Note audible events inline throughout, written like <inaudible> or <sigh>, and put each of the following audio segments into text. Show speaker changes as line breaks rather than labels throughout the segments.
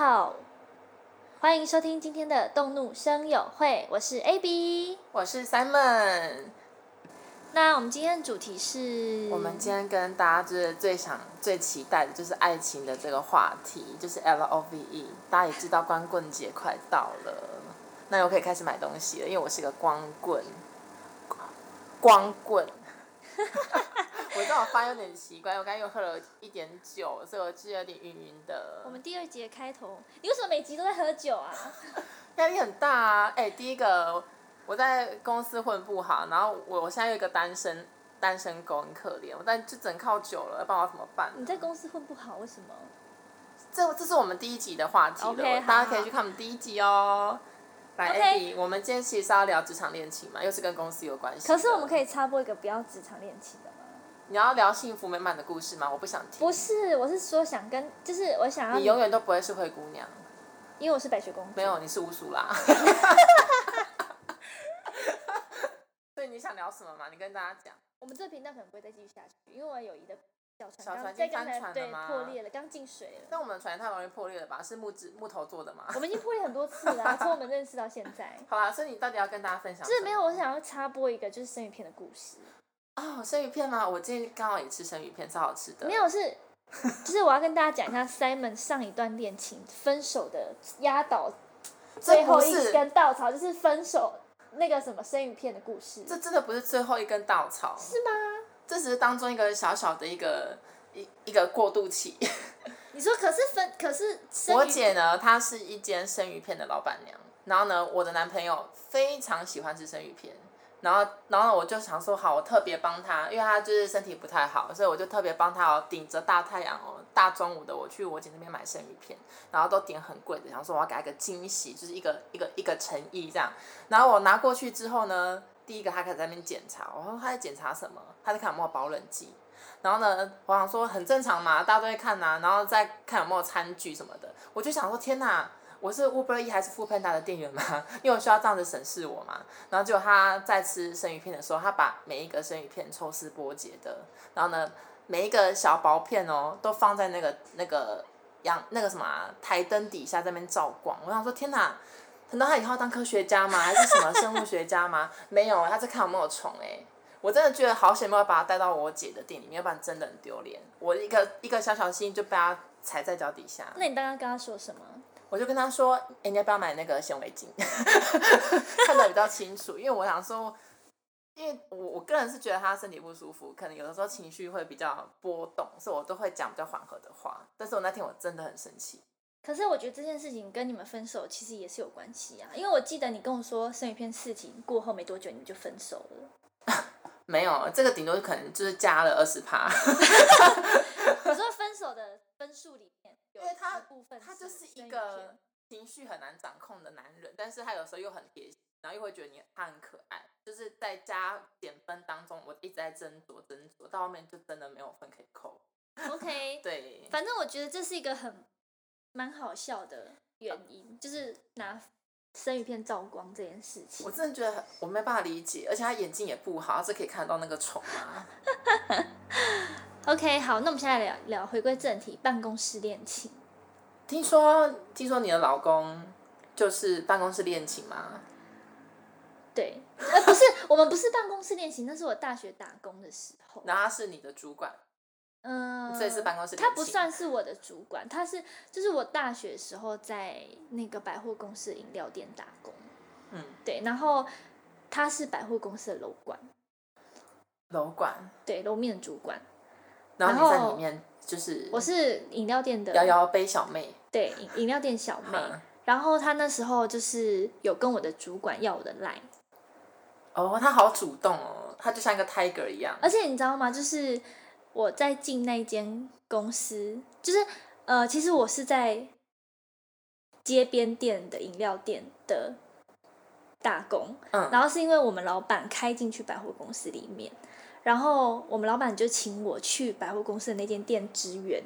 好，欢迎收听今天的动怒声友会，我是 AB。
我是 Simon，
那我们今天的主题是，
我们今天跟大家就是最想、最期待的就是爱情的这个话题，就是 L O V E。大家也知道光棍节快到了，那我可以开始买东西了，因为我是个光棍。光
<laughs>
棍，我知道我发音有点奇怪，我刚刚又喝了一点酒，所以我是有点晕晕的。
我们第二集的开头，你为什么每集都在喝酒啊？
压力很大啊！哎、第一个我在公司混不好，然后我我现在有一个单身单身狗，很可怜，我但就只能靠酒了，不然我怎么办？
你在公司混不好，为什么？
这这是我们第一集的话题了
OK，好
大家可以去看我们第一集哦。来
OK
a b 我们今天其实是要聊职场恋情嘛，又是跟公司有关系。
可是我们可
以，
以插播一个不要职场恋情的吗？
你要聊幸福美满的故事吗？我不想听。
不是，我是说想跟，就是我想
你
要，
永远都不会是灰姑娘，
因为我是白雪公主，
没有，你是乌
<laughs>
苏拉。所以你想聊什么嘛？你跟大家讲。
我们这个频道可能不会再继续下去，因为我友谊的小
小
船刚
船已
在
经
刚
翻
才
船了
对
吗
破裂了，刚进水了。
但我们的船太容易破裂了吧？是木质木头做的吗？ <laughs>
我们已经破裂很多次 <laughs> 了、啊从我们认识到现在。
好啦，所以你到底要跟大家分享什
就
么？
是没有，我想要插播一个就是生鱼片的故事，
哦，生鱼片吗？我今天刚好也吃生鱼片，超好吃的。
没，有 <laughs> 是，就是我要跟大家讲一下 Simon 上一段恋情分手的压倒最
这
后
不
一
是，
根稻草，就是分手那个什么生鱼片的故事，
这真的不是最后一根稻草，
是吗？
这只是当中一个小小的一个一一个过渡期。
你说可是分可是生
我
鱼
姐呢，她是一间生鱼片的老板娘，然后呢，我的男朋友非常喜欢吃生鱼片。然后，然后我就想说，好，我特别帮他，因为他就是身体不太好，所以我就特别帮他哦，顶着大太阳哦，大中午的我去我姐那边买生鱼片，然后都点很贵的，想说我要给他一个惊喜，就是一个一个一个诚意这样。然后我拿过去之后呢，第一个他开始在那边检查，我说他在检查什么？他在看有没有保冷剂。然后呢，我想说很正常嘛，大家都会看呐、然后再看有没有餐具什么的。我就想说，天哪，我是 Uber E 还是 Food Panda 的店员吗？ <laughs> 因为我需要这样子审视我嘛。然后结果他在吃生鱼片的时候，他把每一个生鱼片抽丝剥茧的，然后呢，每一个小薄片哦，都放在那个那个阳那个什么啊、台灯底下在那边照光。我想说，天哪！等到他以后要当科学家吗？还是什么生物学家吗？没有，他在看有没有虫哎、我真的觉得好险，没有把他带到我姐的店里面，要不然真的很丢脸。我一个一个小小心就被他踩在脚底下。
那你刚刚跟他说什么？
我就跟他说：“哎、你要不要买那个显微镜？ <laughs> 看得比较清楚。”因为我想说，因为我我个人是觉得他身体不舒服，可能有的时候情绪会比较波动，所以我都会讲比较缓和的话。但是我那天我真的很生气，
可是我觉得这件事情跟你们分手其实也是有关系啊，因为我记得你跟我说生鱼片事情过后没多久你们就分手了，
没有这个顶多可能就是加了二十趴。
你说分手的分数里面有
因为他
一部分
他就是
生
一
鱼
个
片
情绪很难掌控的男人，但是他有时候又很贴心，然后又会觉得你他很可爱，就是在加减分当中，我一直在斟酌斟酌，到后面就真的没有分可以扣。
<laughs> OK，
对，
反正我觉得这是一个很蛮好笑的原因，就是拿生鱼片照光这件事情
我。真的觉得很我没办法理解，而且他眼睛也不好，他是可以看得到那个虫啊。
OK，好，那我们现在聊聊回归正题，办公室恋情。
听说听说你的老公就是办公室恋情吗？
对，呃，不是，我们不是办公室恋情，那是我大学打工的时候。
然后他是你的主管，
嗯，
所以是办公室恋
他
情
不算是我的主管，他是就是我大学时候在那个百货公司饮料店打工，
嗯，
对，然后他是百货公司的楼管，
楼管，
对，楼面主管，
然
然
后你在
后
里面就是
我是饮料店的
摇摇杯小妹，
对，饮饮料店小妹。
嗯
然后她那时候就是有跟我的主管要我的 line，
哦，他好主动哦，他就像一个 tiger 一样。
而且你知道吗？就是我在进那间公司，就是呃，其实我是在街边店的饮料店的打工，
嗯
然后是因为我们老板开进去百货公司里面，然后我们老板就请我去百货公司的那间店支援。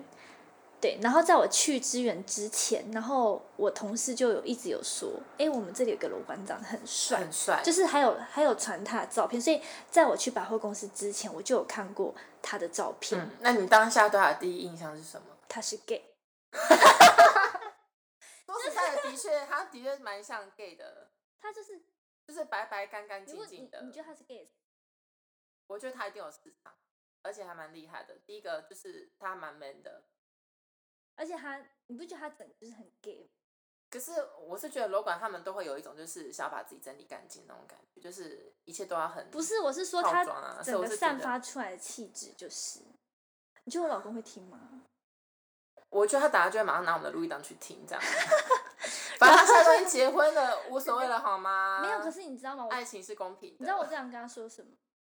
对，然后在我去支援之前，然后我同事就有一直有说，哎，我们这里有个楼管长得很帅，
很帅，
就是还有还有传他的照片，所以在我去百货公司之前，我就有看过他的照片，
嗯嗯，那你当下对他的第一印象是什么？
他是 gay。
说实在的，的确，他的确蛮像 gay 的，
他就是，
就是白白干干
如
净
果你
净的。
你觉得他是 gay，
我觉得他一定有市场，而且还蛮厉害的。第一个就是他蛮 man 的，
而且他你不觉得他整个就是很 gay？吗
可是我是觉得楼管他们都会有一种就是想要把自己整理干净那种感觉，就是一切都要很
不是，我是说
套
他
装啊，所以
整
我
个
是
散
觉
发
得，
出来的气质就是。你觉得我老公会听吗？
我觉得他等下就会马上拿我们的录音档去听
<laughs>
这样。反正他现在都已经结婚了，无所谓了好吗？
没有，可是你知道吗？我
啊爱情是公平的。
你知道我这样跟他说什么？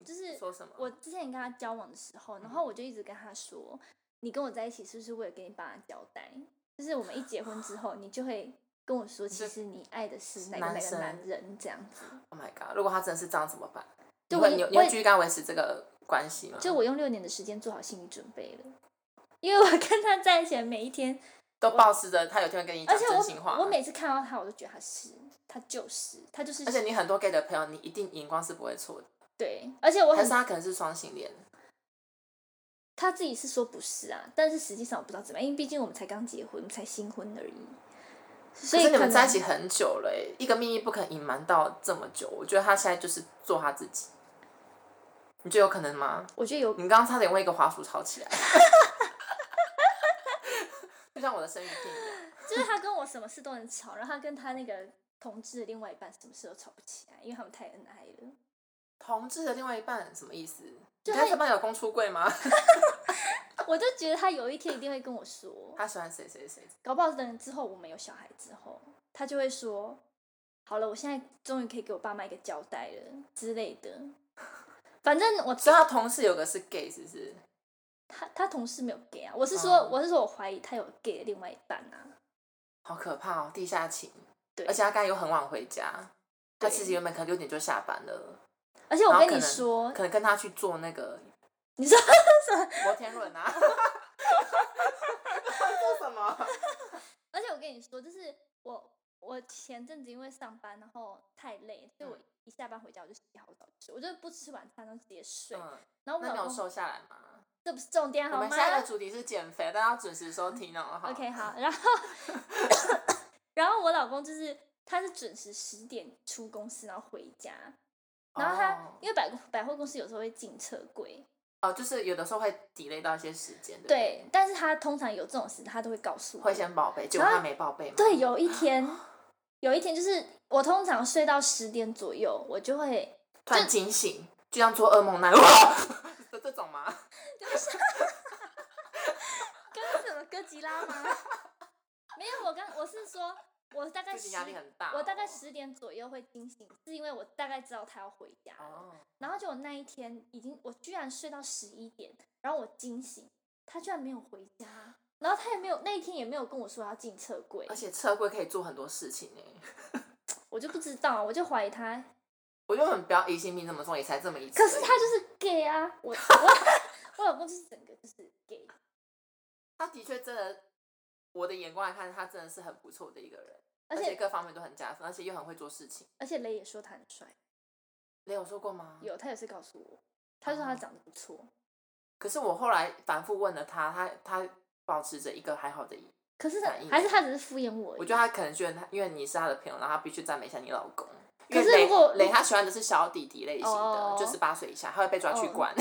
就是
说什么？
我之前跟他交往的时候，然后
嗯
我就一直跟他说，你跟我在一起是不是为了给你爸爸交代？就是我们一结婚之后，你就会跟我说，其
是
实你爱的是哪个
男
哪个
生
男人这样子。
Oh my god！如果他真的是这样怎么办？
就我
你会你
也
你
我
会
也
继续跟他维持这个关系吗？
就我用六年的时间做好心理准备了，因为我跟他在一起的每一天，
都保持着他有天会跟你
而
讲
且
真心话。啊
我我每次看到他，我都觉得他是他就是他就是，
而且你很多 gay 的朋友，你一定眼光是不会错的。
对，而且我
还
很
是他可能是双性恋，
他自己是说不是啊，但是实际上我不知道怎么样，因为毕竟我们才刚结婚，我们才新婚而已。所
可
以
是你
可
们
能
在一起很久了、欸，一个秘密不可能隐瞒到这么久。我觉得他现在就是做他自己，你觉得有可能吗？
我觉得有
你刚刚差点为一个滑鼠吵起来， <laughs> 就像我的生鱼片一样。
就是他跟我什么事都能吵，然后他跟他那个同志的另外一半什么事都吵不起来，因为他们太恩爱了。
同志的另外一半什么意思？
就
你
他
家这半有公出柜吗？
我就觉得他有一天一定会跟我说，
他喜欢谁谁谁？
搞不好等之后我们有小孩之后，他就会说，好了，我现在终于可以给我爸妈一个交代了之类的。反正我
所以他同事有个是 gay，是不是？
他他同事没有 gay 啊，我是说、
哦
我是说我怀疑他有 gay 的另外一半啊。
好可怕哦，地下情。
对
而且他刚才又很晚回家，他
对
其实原本可能六点就下班了，
而且我
然后
跟你
可能
说，
可能跟他去做那个
你说
摩天轮啊。做什么？
而且我跟你说，就是我我前阵子因为上班然后太累，所以我
嗯
一下班回家我就洗好澡吃，我就不吃晚餐，然后直接睡。
嗯，
然后我
那你
老
有
公
瘦下来吗？
这不是重点
我
好
们
吗
下一个主题是减肥，大家要准时收听哦。哈
？OK，好，然后
<laughs>
然后我老公就是他是准时十点出公司，然后回家。然后他、
哦
因为百百货公司有时候会进车柜，
哦，就是有的时候会 delay 到一些时间，对不
对，但是他通常有这种事，他都会告诉我。
会先报备，结果
然后
他没报备嘛。
对，有一天，有一天就是我通常睡到十点左右，我就会
突然惊醒，就像做噩梦那样，哇， <laughs> 这这种吗？
跟什么哥吉拉
<laughs>
吗？没有，我刚我是说，我大概
最
十
近，压力很大哦。
我大概十点左右会惊醒，是因为我大概知道他要回家了。
哦，
然后就我那一天已经，我居然睡到十一点，然后我惊醒，他居然没有回家，然后他也没有那一天也没有跟我说要进车柜
而，且车柜可以做很多事情欸呢。
我就不知道，我就怀疑他。
我就很不要疑心病这么重，也才这么一次。
可是他就是 gay 啊，
<laughs>
我我我老公就是整个就是 gay，
他的确真的，我的眼光来看，他真的是很不错的一个人，
而
而且
且
各方面都很加分，而且又很会做事情。
而且雷也说他很帅，
你有说过吗？。
有他也是告诉我，他
哦
说他长得不错。
可是我后来反复问了他，他他保持着一个还好的意，
可是他
反应
还是他只是敷衍我而已。
我觉得他可能觉得他，因为你是他的朋友，然后他必须赞美一下你老公。
可是
因为雷
如果
雷他喜欢的是小弟弟类型的
哦，
就十八岁以下，他会被抓去
哦
关。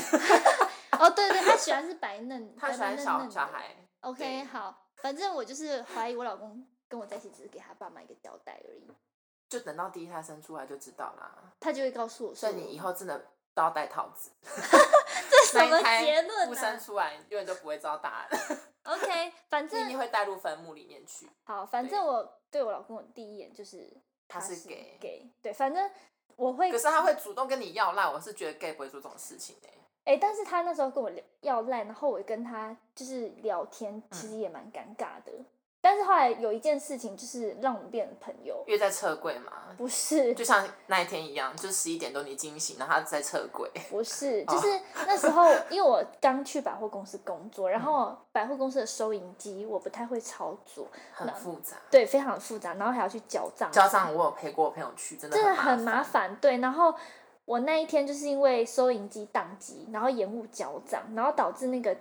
哦，对对，他喜欢是白嫩，
他喜
白白
欢
嫩
小
嫩
小
的。
孩，
OK，
对
好，反正我就是怀疑我老公跟我在一起只是给他爸妈一个交代而已，
就等到第一胎生出来就知道啦。
他就会告诉我
所
说
以你以后真的都要戴套子。
这什
那一
么
胎
结论
不生
呢、
出来，永远都不会知道答案，
o k 反
你一定
正
会带入坟墓里面去。
好，反正我对我老公的第一眼就是
他是
是
gay
对，反正我会
可是他会主动跟你要赖，我是觉得 gay 不会做这种事情哎、
哎、但是他那时候跟我聊要赖，然后我跟他就是聊天，其
嗯
实也蛮尴尬的。但是后来有一件事情，就是让我们变成朋友，
因为在车柜嘛，
不是，
就像那一天一样，就十一点多你惊醒，然后他在车柜。
不是，就是那时候，因为我刚去百货公司工作，然后百货公司的收银机我不太会操作，
很复杂。
对，非常复杂，然后还要去缴账，
加上我有陪过我朋友去，真的
真的很
很
麻
麻。
烦。对，然后我那一天就是因为收银机宕机，然后延误缴账，然后导致那个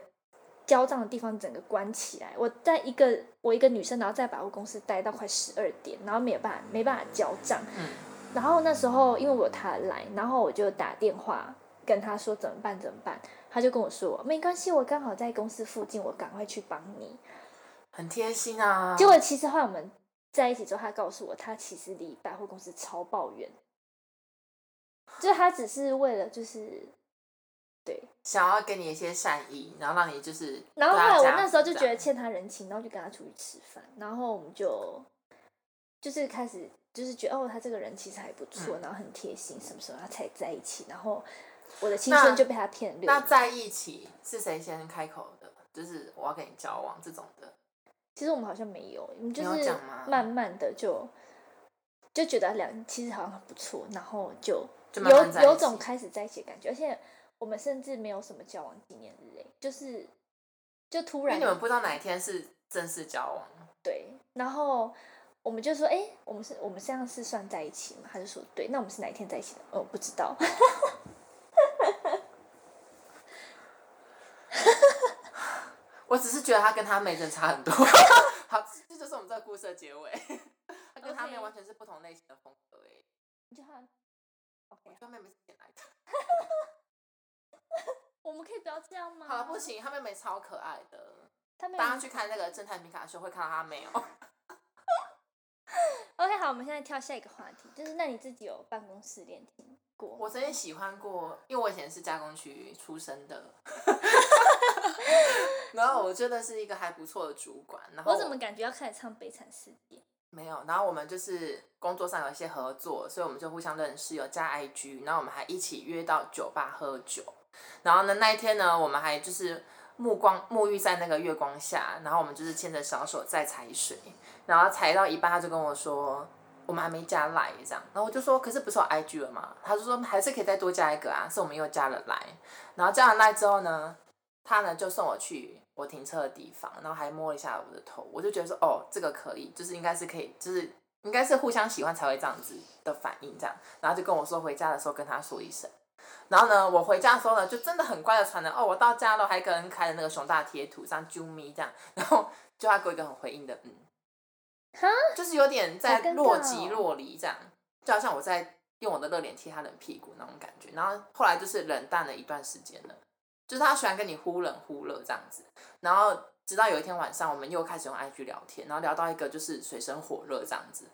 交账的地方整个关起来。我在一个我一个女生，然后在百货公司待到快十二点，然后没有办法没办法交账。
嗯
然后那时候因为我有他来，然后我就打电话跟他说怎么办怎么办，他就跟我说没关系，我刚好在公司附近，我赶快去帮你。
很贴心啊。
结果其实后来我们在一起之后，他告诉我，他其实离百货公司超抱怨，就是他只是为了就是对。
想要给你一些善意，然后让你就是
然后后来我
对他加
那时候就觉得
这样
欠他人情，然后就跟他出去吃饭，然后我们就就是开始就是觉得哦，他这个人其实还不
嗯
错，然后很贴心，什么时候他才在一起，然后我的青
那
春就被他骗了。
那在一起是谁先开口的？就是我要跟你交往这种的，
其实我们好像没有，我们就
你有
是
讲吗
慢慢的就就觉得两其实好像很不错，然后就
就慢慢在一起
有有种开始在一起的感觉，而且我们甚至没有什么交往纪念日，哎，就是就突
因为
然
你们不知道哪一天是正式交往。
对，然后我们就说，哎、我们是我们这样是算在一起吗？他就说，对，那我们是哪一天在一起的？哦，不知道。 <laughs>
我只是觉得他跟他妹真的差很 <laughs> 多。好，这就是我们这个故事的结尾。他跟他妹
OK
完全是不同类型的风格欸诶、
你就看，OK，
他妹妹是捡来的。
我们可以不要这样吗？
好了，不，行，他妹妹超可爱的。
他们
大家去看那个侦探皮卡丘，会看到他妹哦。
OK，好，我们现在跳下一个话题，就是那你自己有办公室恋情过？
我曾经喜欢过，因为我以前是加工区出身 <laughs> 的，然后我真的是一个还不错的主管。然后
我怎么感觉要开始唱《悲惨世界》？
没有，然后我们就是工作上有一些合作，所以我们就互相认识，有加 IG，然后我们还一起约到酒吧喝酒。然后呢，那一天呢，我们还就是目光沐浴在那个月光下，然后我们就是牵着小手在踩水，然后踩到一半，他就跟我说。我们还没加来这样，然后我就说，可是不是有 IG 了吗？他就说还是可以再多加一个啊，是我们又加了来，然后加了来之后呢，他呢就送我去我停车的地方，然后还摸了一下我的头，我就觉得说，哦，这个可以，就是应该是可以，就是应该是互相喜欢才会这样子的反应，这样，然后就跟我说回家的时候跟他说一声。然后呢，我回家的时候呢，就真的很乖的传了哦，我到家了，还跟人开的那个熊大贴图，这样啾咪这样，然后就他给我一个很回应的嗯，
哈，
就是有点在
好尴尬哦
若即若离这样，就好像我在用我的热脸贴他冷屁股那种感觉。然后后来就是冷淡了一段时间了，就是他喜欢跟你忽冷忽热这样子。然后直到有一天晚上，我们又开始用 IG 聊天，然后聊到一个就是水深火热这样子。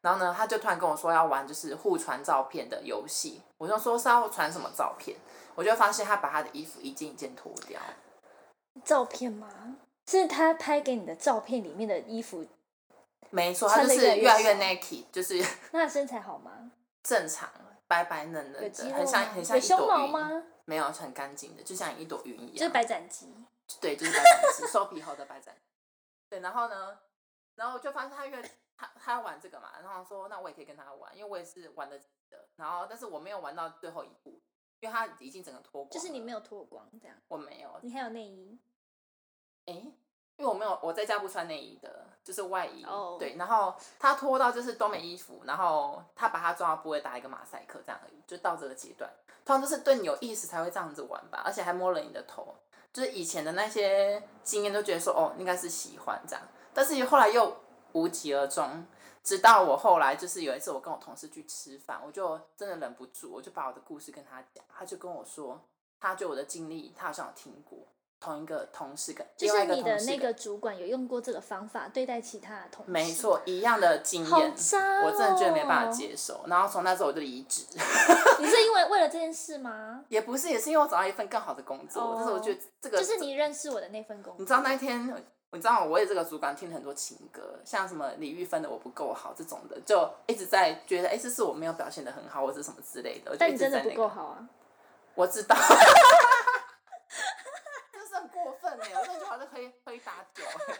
然后呢，他就突然跟我说要玩就是互传照片的游戏，我就说是要传什么照片，我就发现他把他的衣服一件一件脱掉，
照片吗？是他拍给你的照片里面的衣服，
没错，他就
穿得
是
越
越
来
来
越
越
少
naked，就是 <laughs>
那他身材好吗？
正常白白嫩
有
嫩
肌肉
的，很像
吗
很像
有
一朵
胸毛
云，
吗？
没有很干净的，就像一朵云一样，
就是白斩鸡。
对，就是白斩鸡，收皮后的白斩鸡。对，然后呢，然后我就发现他越他他玩这个嘛，然后说那我也可以跟他玩，因为我也是玩的的，然后但是我没有玩到最后一步，因为他已经整个脱光了，
就是你没有脱光这样，
我没有，
你还有内衣，
诶，因为我没有我在家不穿内衣的，就是外衣。
哦
对，然后他脱到就是都没衣服，然后他把他抓到部位打一个马赛克，这样而已，就到这个阶段。通常就是对你有意识才会这样子玩吧，而且还摸了你的头，就是以前的那些经验都觉得说哦应该是喜欢这样，但是后来又无疾而终。直到我后来就是有一次我跟我同事去吃饭，我就真的忍不住，我就把我的故事跟他讲，他就跟我说，他对我的经历他好像有听过。同一个同事跟
就
另外
是
一个
你的
同事
那
跟
个主管有用过这个方法对待其他的同事，
没，错，一样的经
好
验，
渣、哦！
我真的觉得没办法。接受。然后从那之后我就离职，
你是因为为了这件事
<laughs>
吗？
也不是，也是因为我找到一份更好的工作。
哦
但是我觉得这个，
就是你认识我的那份工
你
作，
知道那一天，你知道我为这个主管听了很多情歌，像什么李玉芬的《我不够好》这种的，就一直在觉得，哎、这是我没有表现的很好，或者什么之类的。我就
但
一
你
直
真的
在
不
那个
够好啊！
我知
<laughs>
道，这是很过分哎！我真的觉得好像可以喝一打酒欸，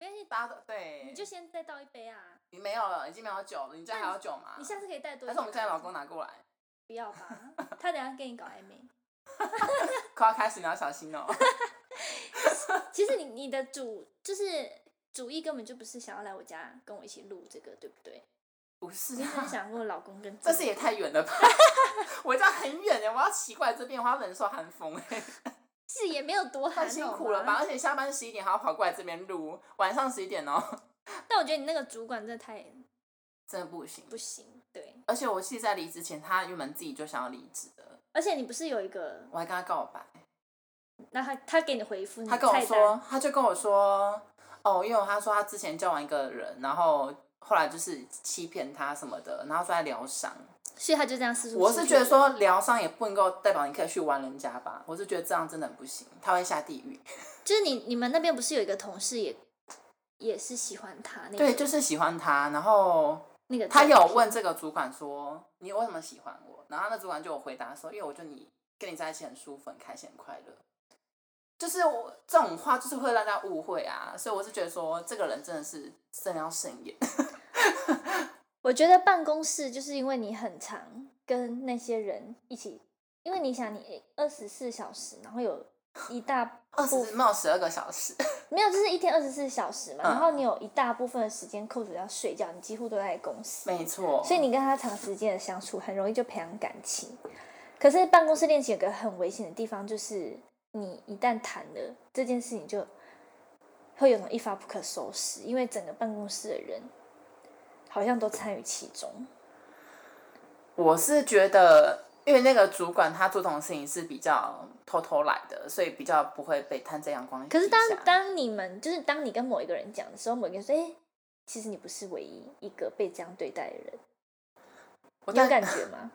没关系，
大家都对，
你就先再倒一杯啊！
你没有了，已经没有酒了，你家还有酒吗？
你下次可以带多一点。
还是我们家的老公拿过来？
不要吧，他等一下跟你搞暧昧。
快要开始，你要小心哦、 <laughs>
其实你你的主就是主意根本就不是想要来我家跟我一起录这个，对不对？
不是
你只是
啊，
想跟我老公跟
这是也 <laughs> 欸太远了吧？我家很远哎，我要骑过来这边，我要忍受寒风哎。
其实也没有多
太
寒，
辛
好
苦了
吗
吧？而且下班十一点还要跑过来这边录，晚上十一点哦，
但我觉得你那个主管真的太
真的不行。
不行，对。
而且我其实，在离职前，他原本自己就想要离职的，
而且你不是有一个，
我还跟他告白，
那他他给你回复，你
他跟我
菜单，
说，他就跟我说，哦，因为他说他之前交往一个人，然后后来就是欺骗他什么的，然后说在疗伤。
所以他就这样四处。
我是觉得，说疗伤也不能够代表你可以去玩人家吧，我是觉得这样真的很不行，他会下地狱。
就是你你们那边不是有一个同事也也是喜欢他那个
对，就是喜欢他，然后
那个
他
照
有
片
问这个主管说你为什么喜欢我，然后那主管就有回答说，因为我觉得你跟你在一起很舒服、很开心、很快乐。就是我这种话，就是会让大家误会啊，所以我是觉得说，这个人真的是真的要慎言。
我觉得办公室就是因为你很常跟那些人一起，因为你想你二十四小时，然后有一大
<laughs> 二十没有十二个小时， <laughs>
没有就是一天二十四小时嘛，
嗯
然后你有一大部分的时间扣除掉睡觉，你几乎都在公司，
没错。
所以你跟他长时间的相处，很容易就培养感情。可是办公室恋情有个很危险的地方，就是你一旦谈了这件事情，就会有种一发不可收拾，因为整个办公室的人好像都参与其中。
我是觉得，因为那个主管他做这种事情是比较偷偷来的，所以比较不会被摊在阳光
可
底下。
是啊当当你们就是当你跟某一个人讲的时候，某一个人说：“哎、其实你不是唯一一个被这样对待的人。”
我
你有
在
感 <laughs> 觉吗？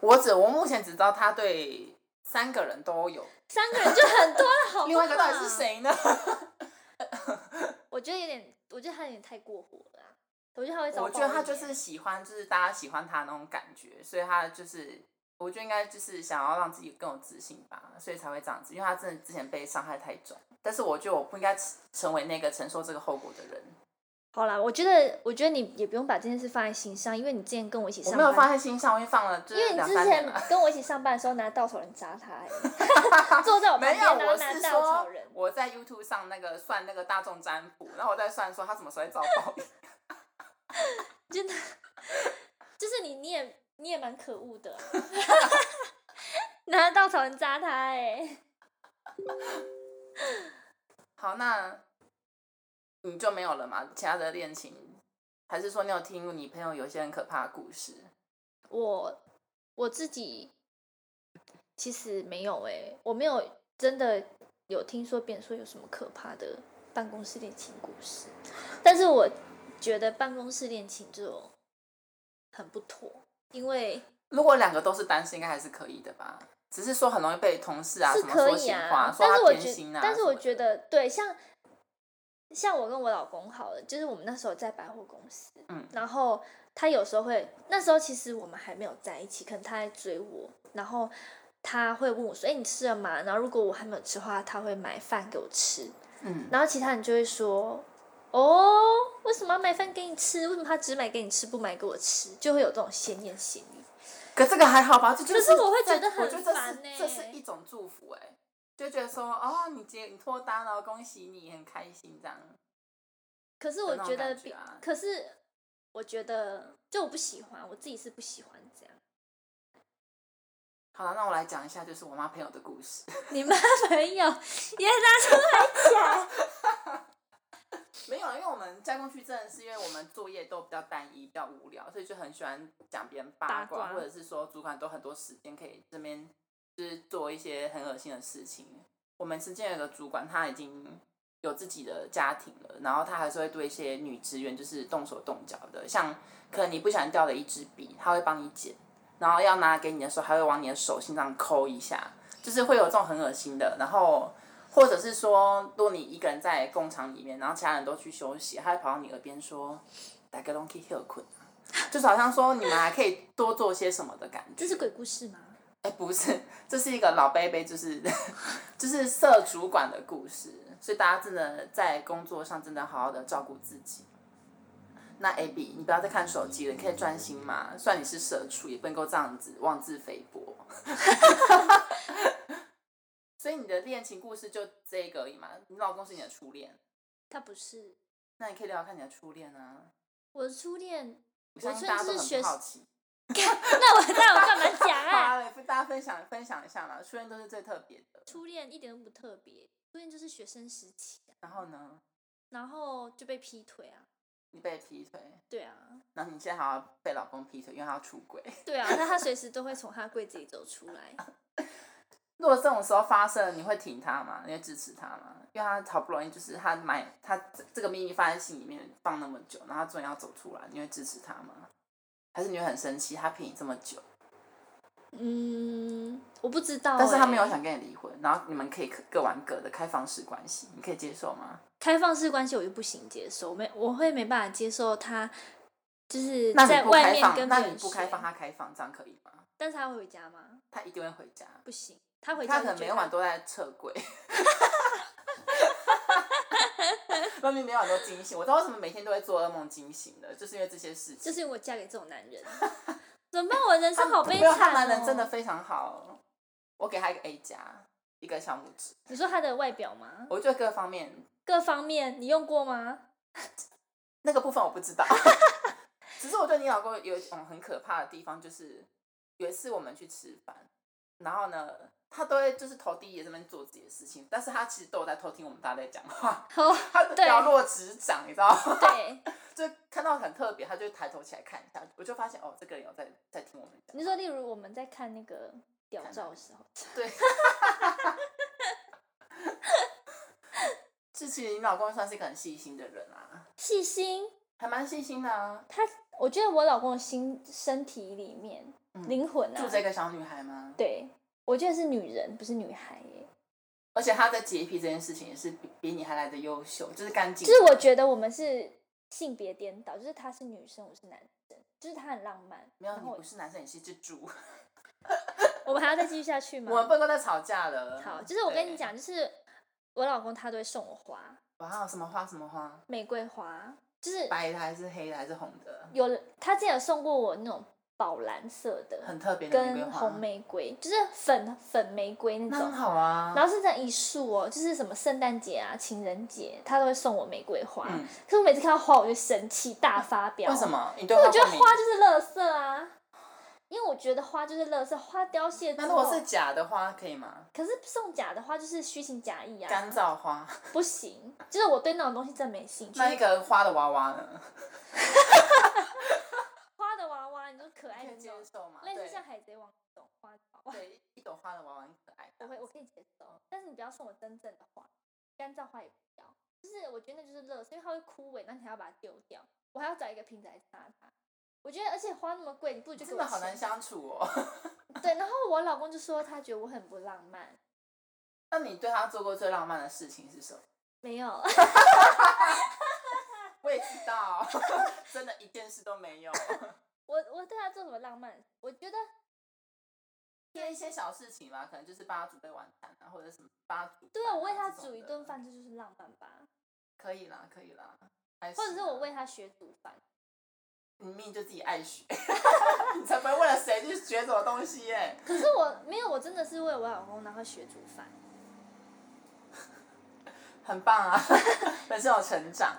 我只我目前只知道他对三个人都有，
三个人就很多了，好不好？
另外一个到底是？谁呢？
我觉得有点，我觉得他有点太过火了啊、我觉得他会找。
我觉得他就是喜欢，就是大家喜欢他那种感觉，所以他就是，我觉得应该就是想要让自己更有自信吧，所以才会这样子。因为他真的之前被伤害太重，但是我觉得我不应该成为那个承受这个后果的人。
好啦，我觉得，我觉得你也不用把这件事放在心上，因为你之前跟我一起
我
上
没有放
班，
在心上，我已经放了就
因为
是
你
两
之
三年
前
了。
跟我一起上班的时候拿稻草人砸他、 <laughs> 欸， <laughs> 坐在我旁
<laughs> 没
边啊
有，
然后
我
拿
是
稻草
说
人，
我在 YouTube 上那个算那个大众占卜，然后我在算说他什么时候会遭报应。
真的，就是你，你也你也蛮可恶的啊， <laughs> 拿稻草人扎他哎、
好，那你就没有了嘛？其他的恋情，还是说你有听你朋友有一些很可怕的故事？
我我自己其实没有哎、我没有真的有听说别人说有什么可怕的办公室恋情故事，但是我觉得办公室恋情这种很不妥，因为
如果两个都是单身，应该还是可以的吧？只是说很容易被同事啊
是
什么说
可以
闲话，说
但是
他
我
偏
觉
心啊
但是
什
我
么
觉
的
得对，像像我跟我老公好了，就是我们那时候在百货公司，
嗯
然后他有时候会，那时候其实我们还没有在一起，可能他在追我，然后他会问我说：“哎、你吃了吗？”然后如果我还没有吃的话，他会买饭给我吃，
嗯，
然后其他人就会说。哦，为什么要买饭给你吃？为什么他只买给你吃，不买给我吃？就会有这种闲言闲语。
可这个还好吧？这就
可是我会
在
觉得
我
很
觉得这
烦
是
欸
这是一种祝福哎、就觉得说哦，你接你脱单了，恭喜你，很开心这样。
可是
的
我
那种
觉得
感
比，
觉啊
可是我觉得，就我不喜欢，我自己是不喜欢这样。 <laughs>
好了，那我来讲一下，就是我妈朋友的故事。 <laughs>
你妈朋友也拿出来讲，
没有，因为我们加工区真的是因为我们作业都比较单一，比较无聊，所以就很喜欢讲别人八
八
卦，
卦
或者是说主管都很多时间可以这边就是做一些很恶心的事情。我们之间有个主管，他已经有自己的家庭了，然后他还是会对一些女职员就是动手动脚的，像可能你不小心掉了一支笔，他会帮你捡，然后要拿给你的时候，还会往你的手心上抠一下，就是会有这种很恶心的，然后。或者是说，如果你一个人在工厂里面，然后其他人都去休息，他会跑到你耳边说：“大家都去休困啊。”就是好像说你们还可以多做些什么的感觉。
这是鬼故事吗？
哎、不是，这是一个老贝贝，就是就是社主管的故事，所以大家真的在工作上真的好好的照顾自己。那 A B，你不要再看手机了，你可以专心嘛。虽然你是社畜，也不能够这样子妄自菲薄。 <laughs> 所以你的恋情故事就这个而已嘛。你老公是你的初恋，
他不是
那你可以聊聊看你的初恋啊。
我的初恋， <laughs>
我相
我
信
初
大家都
恋是学
<laughs> 很好奇。
那我那我干嘛讲
好
啊？
啊，跟大家分享分享一下嘛，初恋都是最特别的。
初恋一点都不特别，初恋就是学生时期啊、
然后呢，
然后就被劈腿啊，
你被劈腿，
对啊，
然后你现在还要被老公劈腿，因为他要出轨。 <laughs>
对啊，那他随时都会从他柜子里走出来。
如果这种时候发生了，你会挺他吗？你会支持他吗？因为他好不容易就是他买他这这个秘密放在心里面放那么久，然后他终于要走出来，你会支持他吗？还是你会很生气？他骗你这么久，
哦嗯，我不知道欸、
但是他没有想跟你离婚，然后你们可以各各玩各的开放式关系，你可以接受吗？
开放式关系，我就不行接受，我没我会没办法接受他就是
那
在
你不开
外面
放，
跟
那
别
你
人
不开
睡
放，他开放，这样可以吗？
但是他会回家吗？
他一定会回家，
不行，他回
他
家
可
我
能
觉
每
得
晚都在撤柜。 <laughs> 外面每晚都惊醒，我知道为什么每天都会做噩梦惊醒的，就是因为这些事情。
就是因为我嫁给这种男人，怎么办？我人生好悲
没有
惨、
他
哦。
男人真的，非常好，我给他一个 A 加，一个小拇指。
你说他的外表吗？
我觉得各方面
各方面你用过吗？
那个部分我不知道， <laughs> 只是我对你老公有一种很可怕的地方，就是有一次我们去吃饭，然后呢，他都会就是头低也在那边做自己的事情，但是他其实都有在偷听我们大家在讲话，
好，
他的
对
表落指掌，你知道吗？
对，
就看到很特别，他就抬头起来看一下，我就发现哦，这个人有在在听我们讲。
你说例如我们在看那个屌照的时候，
对，这其实你老公算是一个很细心的人啊，
细心，
还蛮细心的啊。
我觉得我老公的心身体里面、
嗯
灵魂啊
住，着一个小女孩吗？
对我觉得是女人，不是女孩耶、
而且她在洁癖这件事情也是比比你还来的优秀，就是干净。
就是我觉得我们是性别颠倒，就是他是女生，我是男生，就是他很浪漫。
没有，
然
你
后
不
我
是男生，你是一只
<laughs>
猪。
我们还要再继续下去吗？
我们不能再吵架
<laughs>
了。
好，就是我跟你
对，
讲，就是我老公他都会送我花，
哇，什么花什么花，
玫瑰花，就是
白的还是黑的还是红的，
有他之前有送过我那种宝蓝色的，
很特别的玫瑰
跟
花，
红玫瑰，就是粉粉玫瑰那
那
种。
很好啊。
然后是这样一束哦，就是什么圣诞节啊、情人节，他都会送我玫瑰花。
嗯
可是我每次看到花，我就生气，大发飙。
为什么？你对
因为
花
我觉得
过敏
花就是垃圾啊，因为我觉得花就是垃圾，花凋谢之
那如果
后，
是假的花可以吗？
可是送假的花就是虚情假意啊，
干燥花。
不行，就是我对那种东西真没兴趣。
那一个花的娃娃呢？
花的娃娃，你说可爱
可
的
以
那
接
种，
受吗？啊
类似
对
像海贼王那种花的娃娃，
对一朵花的啊娃娃很可爱。
我会我可以接受，但是你不要送我真正的花，干燥花也不要，就是我觉得那就是垃圾，因为它会枯萎，那你还要把它丢掉，我还要找一个瓶子来插它。我觉得，而且花那么贵，你不如就给
真
我
的好难
钱
相处哦。 <laughs>
对，然后我老公就说他觉得我很不浪漫，
那你对他做过最浪漫的事情是什么？
没有，
我也知道， <laughs> 真的一件事都没有。 <laughs>
我我对他做什么浪漫？我觉得
做一些小事情吧，可能就是帮他准备晚餐啊，或者什么帮他煮饭啊。
对啊，我为他
这种
煮一
的
顿，饭，这就是浪漫吧。
可以啦，可以啦。还
或者是
啊
我为他学煮饭，
你命就自己爱学， <laughs> 你才不会为了谁去学什么东西耶、
可是我没有，我真的是为我老公然后学煮饭。
很棒啊， <laughs> 人生有成长。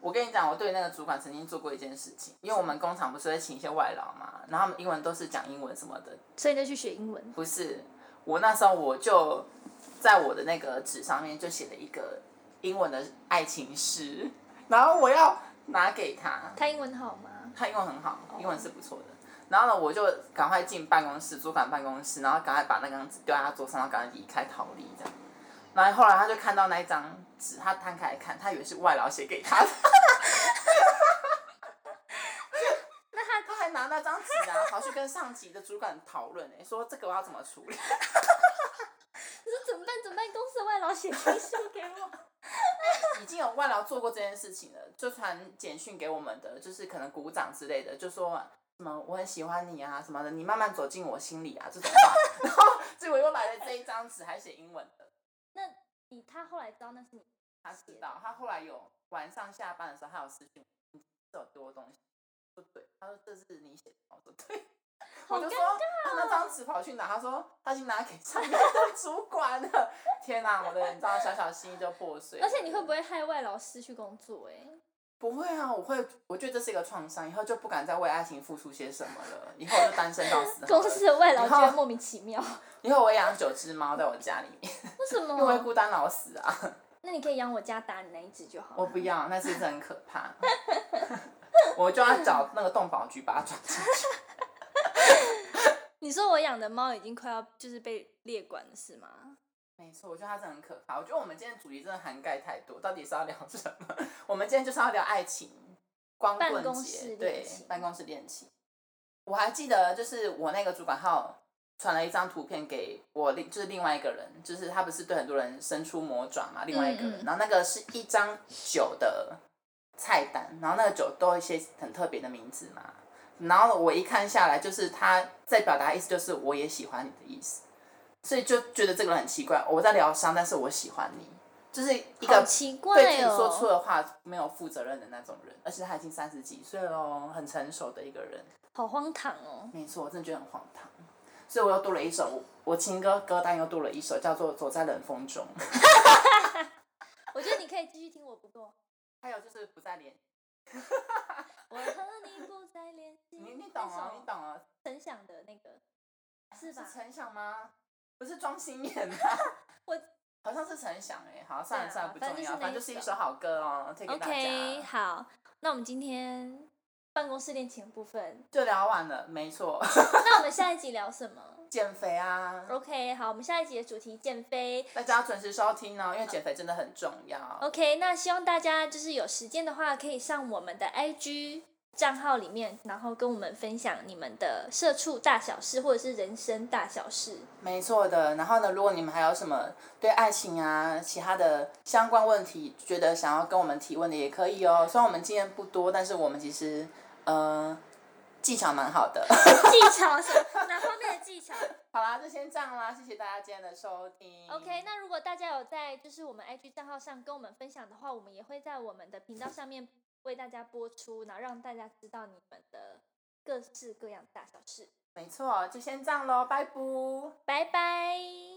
我跟你讲，我对那个主管曾经做过一件事情，因为我们工厂不是会请一些外劳嘛，然后他们英文都是讲英文什么的。
所以就去学英文。
不是，我那时候我就在我的那个纸上面就写了一个英文的爱情诗，然后我要拿给他，
他英文好吗？
他英文很好，英文是不错的。然后呢，我就赶快进办公室，主管办公室，然后赶快把那张纸丢在他桌上，然后赶快离开逃离这样。然后后来他就看到那一张纸，他摊开来看，他以为是外劳写给他的。 <laughs> 那他他还拿那张纸啊，跑去跟上级的主管讨论、欸，说这个我要怎么处理？
你说怎么办？怎么办？公司的外劳写情书给我。
已经有外劳做过这件事情了，就传简讯给我们的，就是可能鼓掌之类的，就说什么我很喜欢你啊什么的，你慢慢走进我心里啊这种话。
<laughs>
然后结果又来了这一张纸，还写英文的。
<laughs> 那你他后来知道那是你，
他知道，他后来有晚上下班的时候，他有私讯我，这有丢东西。不对，他说这是你写的，我说对。
好
我
尴
就说
尬。啊
他那张纸跑去哪？他说他已经拿给上面的主管了。天哪、我的你知道小小心意就破碎了。
而且你会不会害外劳失去工作、欸？哎，
不会啊，我会，我觉得这是一个创伤，以后就不敢再为爱情付出些什么了，以后我就单身到死好了。
公司的外劳居
然
然
后
莫名其 <laughs> 妙，
以后我也养九只猫在我家里面，
为什
因为我会
么？
孤单老死啊！
那你可以养我家打你那一只就好
我
了。
不要，那是真的很可怕。 <laughs> 我就要找那个动保局把它转进去。
你说我养的猫已经快要就是被列管了是吗？
没错，我觉得它真的很可怕。我觉得我们今天主题真的涵盖太多，到底是要聊什么？ <laughs> 我们今天就是要聊爱情，光
办
棍
公室
节，
恋
对，
情
办公室恋情。我还记得，就是我那个主管号传了一张图片给我另，就是另外一个人，就是他不是对很多人伸出魔爪嘛，另外一个人，
嗯嗯
然后那个是一张酒的菜单，然后那个酒都有一些很特别的名字嘛，然后我一看下来，就是他在表达意思就是我也喜欢你的意思，所以就觉得这个人很奇怪，我在疗伤，但是我喜欢你，就是一
好
个
奇
对自
怪
己
哦。
说出的话没有负责任的那种人，而且他已经三十几岁了哦，很成熟的一个人。
好荒唐哦！
没错，我真的觉得很荒唐。所以我又多了一首，我我情歌歌单又多了一首，叫做《走在冷风中》。
我觉得你可以继续听我不够，
还有就是不再联，
我和你不再联系。
你你懂啊，你懂啊，
陈响的那个是吧？，
陈翔吗？不是庄心妍啊
<laughs> 我
<laughs> 好像是陈翔哎、好，算了
对啊
算了，不重
反正就是
要，
那
反正
一
就是一
首
首好歌哦，推给大家。
OK，好，那我们今天办公室恋情的部分，
就聊完了，没错，
那我们下一集聊什
<laughs>
么
减肥
<laughs>
啊，
？OK，好，我们下一集的主题减肥。
大家要准时收听哦，因为减肥真的很重要。
OK，那希望大家就是有时间的话，可以上我们的 IG 账号里面，然后跟我们分享你们的社畜大小事或者是人生大小事。
没错的。然后呢，如果你们还有什么对爱情啊、其他的相关问题，觉得想要跟我们提问的也可
<laughs>
以哦。虽然我们经验不多，但是我们其实呃技巧蛮
<laughs>
好的。
技巧什么？哪方面的技巧？
好啦，就先这样啦，谢谢大家今天的收听。
OK，那如果大家有在就是我们 IG 账号上跟我们分享的话，我们也会在我们的频道上面为大家播出，然后让大家知道你们的各式各样的大小事。
没错，就先这样喽，拜拜。
拜拜。